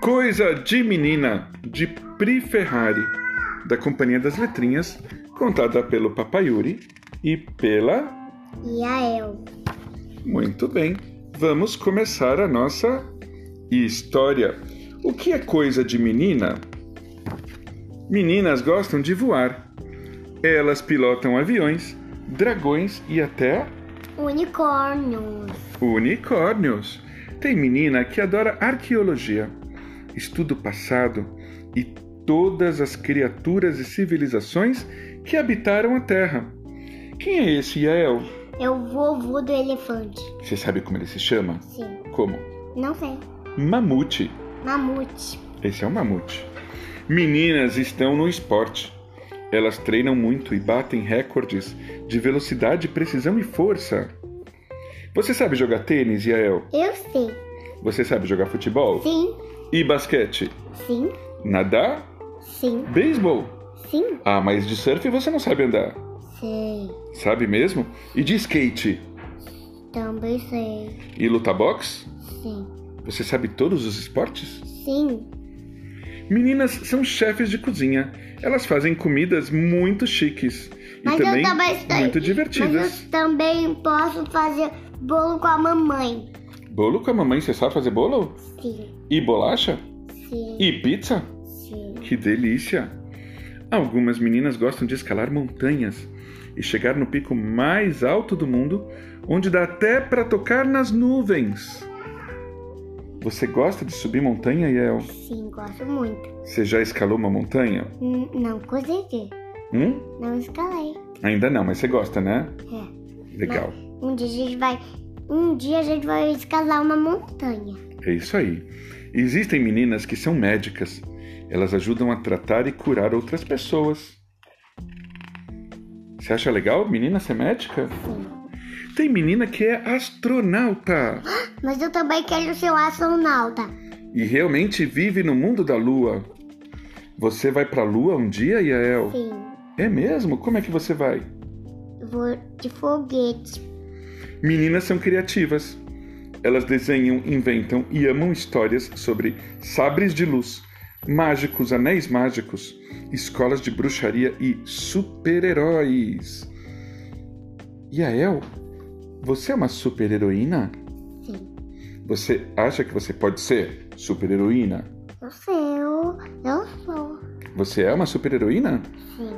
Coisa de Menina, de Pri Ferrari, da Companhia das Letrinhas, contada pelo Papayuri e pela. Yael. Muito bem, vamos começar a nossa história. O que é coisa de menina? Meninas gostam de voar. Elas pilotam aviões, dragões e até Unicórnios. unicórnios. Tem menina que adora arqueologia, estuda o passado e todas as criaturas e civilizações que habitaram a Terra. Quem é esse Yael? É o vovô do elefante. Você sabe como ele se chama? Sim. Como? Não sei. Mamute. Mamute. Esse é um mamute. Meninas estão no esporte. Elas treinam muito e batem recordes de velocidade, precisão e força. Você sabe jogar tênis, Yael? Eu sei. Você sabe jogar futebol? Sim. E basquete? Sim. Nadar? Sim. Beisebol? Sim. Ah, mas de surf você não sabe andar. Sei. Sabe mesmo? E de skate? Também sei. E luta box? Sim. Você sabe todos os esportes? Sim. Meninas são chefes de cozinha. Elas fazem comidas muito chiques e Mas eu também, também sei. muito Mas divertidas. eu também posso fazer bolo com a mamãe. Bolo com a mamãe, você sabe fazer bolo? Sim. E bolacha? Sim. E pizza? Sim. Que delícia! Algumas meninas gostam de escalar montanhas e chegar no pico mais alto do mundo, onde dá até para tocar nas nuvens. Você gosta de subir montanha, Yael? Sim, gosto muito. Você já escalou uma montanha? Hum, Não consegui. Hum? Não escalei. Ainda não, mas você gosta, né? É. Legal. Um dia a gente vai. Um dia a gente vai escalar uma montanha. É isso aí. Existem meninas que são médicas. Elas ajudam a tratar e curar outras pessoas. Você acha legal menina ser médica? Sim. Tem menina que é astronauta Mas eu também quero ser um astronauta. e realmente vive no mundo da lua. Você vai pra lua um dia, Yael? Sim. É mesmo? Como é que você vai? Eu vou de foguete. Meninas são criativas. Elas desenham, inventam e amam histórias sobre sabres de luz, mágicos, anéis mágicos, escolas de bruxaria e super-heróis. Yael, você é uma super-heroína? Sim. Você acha que você pode ser super-heroína? Eu sei. Eu, eu sou. Você é uma super-heroína? Sim.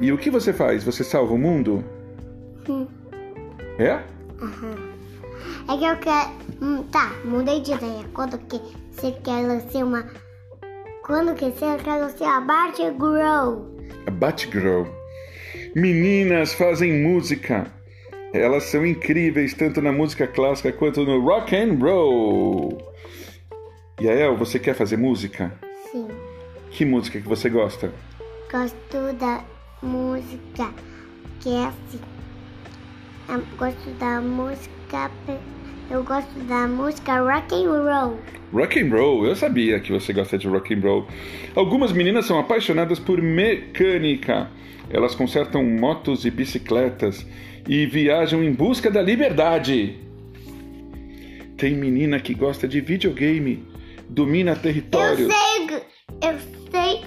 E o que você faz? Você salva o mundo? Sim. É? É que eu quero. Hum, tá, mudei de ideia. Quando que você quer ser uma. Quando que você quer ser a Batgirl? A Batgirl. Meninas fazem música. Elas são incríveis tanto na música clássica quanto no rock and roll. Yael, você quer fazer música? Sim. Que música que você gosta? Gosto da música que é assim. Eu gosto da música. Eu gosto da música rock and roll. Rock and roll. Eu sabia que você gosta de rock and roll. Algumas meninas são apaixonadas por mecânica. Elas consertam motos e bicicletas e viajam em busca da liberdade. Tem menina que gosta de videogame, domina Eu territórios. sei, eu sei,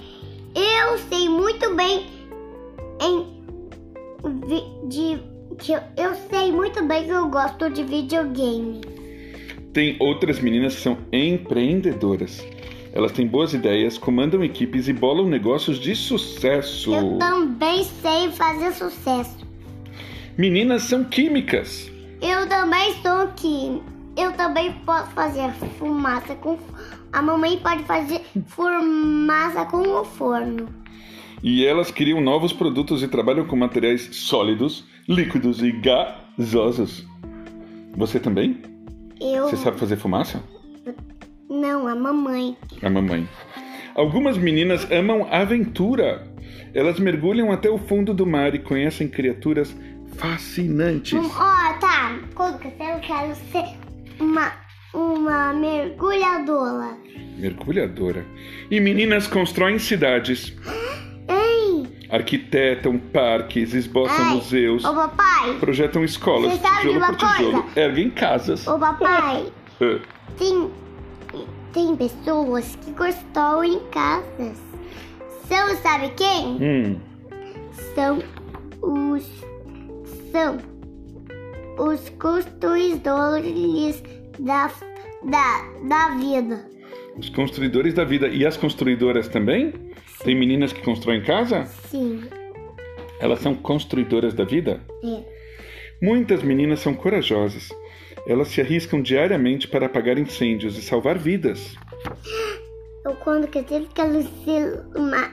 eu sei muito bem em vi- de que eu, eu sei muito bem que eu gosto de videogame. Tem outras meninas que são empreendedoras. Elas têm boas ideias, comandam equipes e bolam negócios de sucesso. Eu também sei fazer sucesso. Meninas são químicas. Eu também sou aqui. Eu também posso fazer fumaça com a mamãe pode fazer fumaça com o forno. E elas criam novos produtos e trabalham com materiais sólidos, líquidos e gasosos. Você também? Eu Você sabe fazer fumaça? não, a mamãe. A mamãe. Algumas meninas amam aventura. Elas mergulham até o fundo do mar e conhecem criaturas fascinantes. Ó, tá. Quando que eu quero, eu quero ser uma uma mergulhadora. Mergulhadora. E meninas constroem cidades, Hein? arquitetam parques, esboçam Ai, museus, Ô papai, projetam escolas, Você sabe de tijolo Ah, uma por tijolo, coisa? erguem casas. ô papai, Ah, tem tem pessoas que constroem casas. São, sabe quem? Hum, São os. São os construidores da, da, da vida. os construidores da vida. E as construidoras também? Tem meninas que constroem casa? Sim. Elas são construidoras da vida? É. Muitas meninas são corajosas. Elas se arriscam diariamente para apagar incêndios e salvar vidas. Eu quando que eu tive que ser uma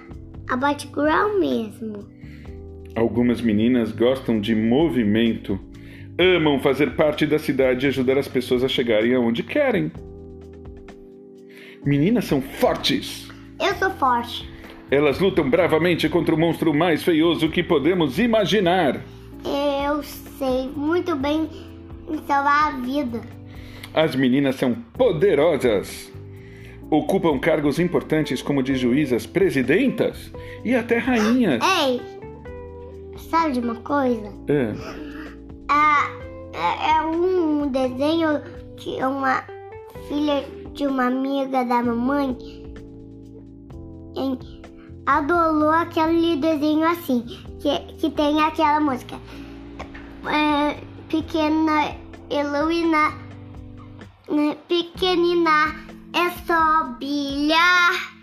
a background mesmo. Algumas meninas gostam de movimento. Amam fazer parte da cidade e ajudar as pessoas a chegarem aonde querem. Meninas são fortes. Eu sou forte. Elas lutam bravamente contra o monstro mais feioso que podemos imaginar. Eu sei muito bem salvar a vida. As meninas são poderosas. Ocupam cargos importantes como de juízas, presidentas e até rainhas. Ei, sabe de uma coisa? É. É, é, é um desenho de uma filha de uma amiga da mamãe. Em, adorou aquele desenho assim, que, que tem aquela música. É, pequena Heloína, né, pequenina é só bilhar.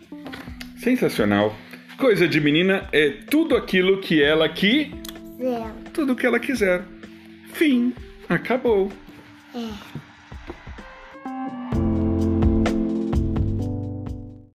Sensacional. Coisa de menina é tudo aquilo que ela que Zero. tudo que ela quiser. Fim. Acabou. É.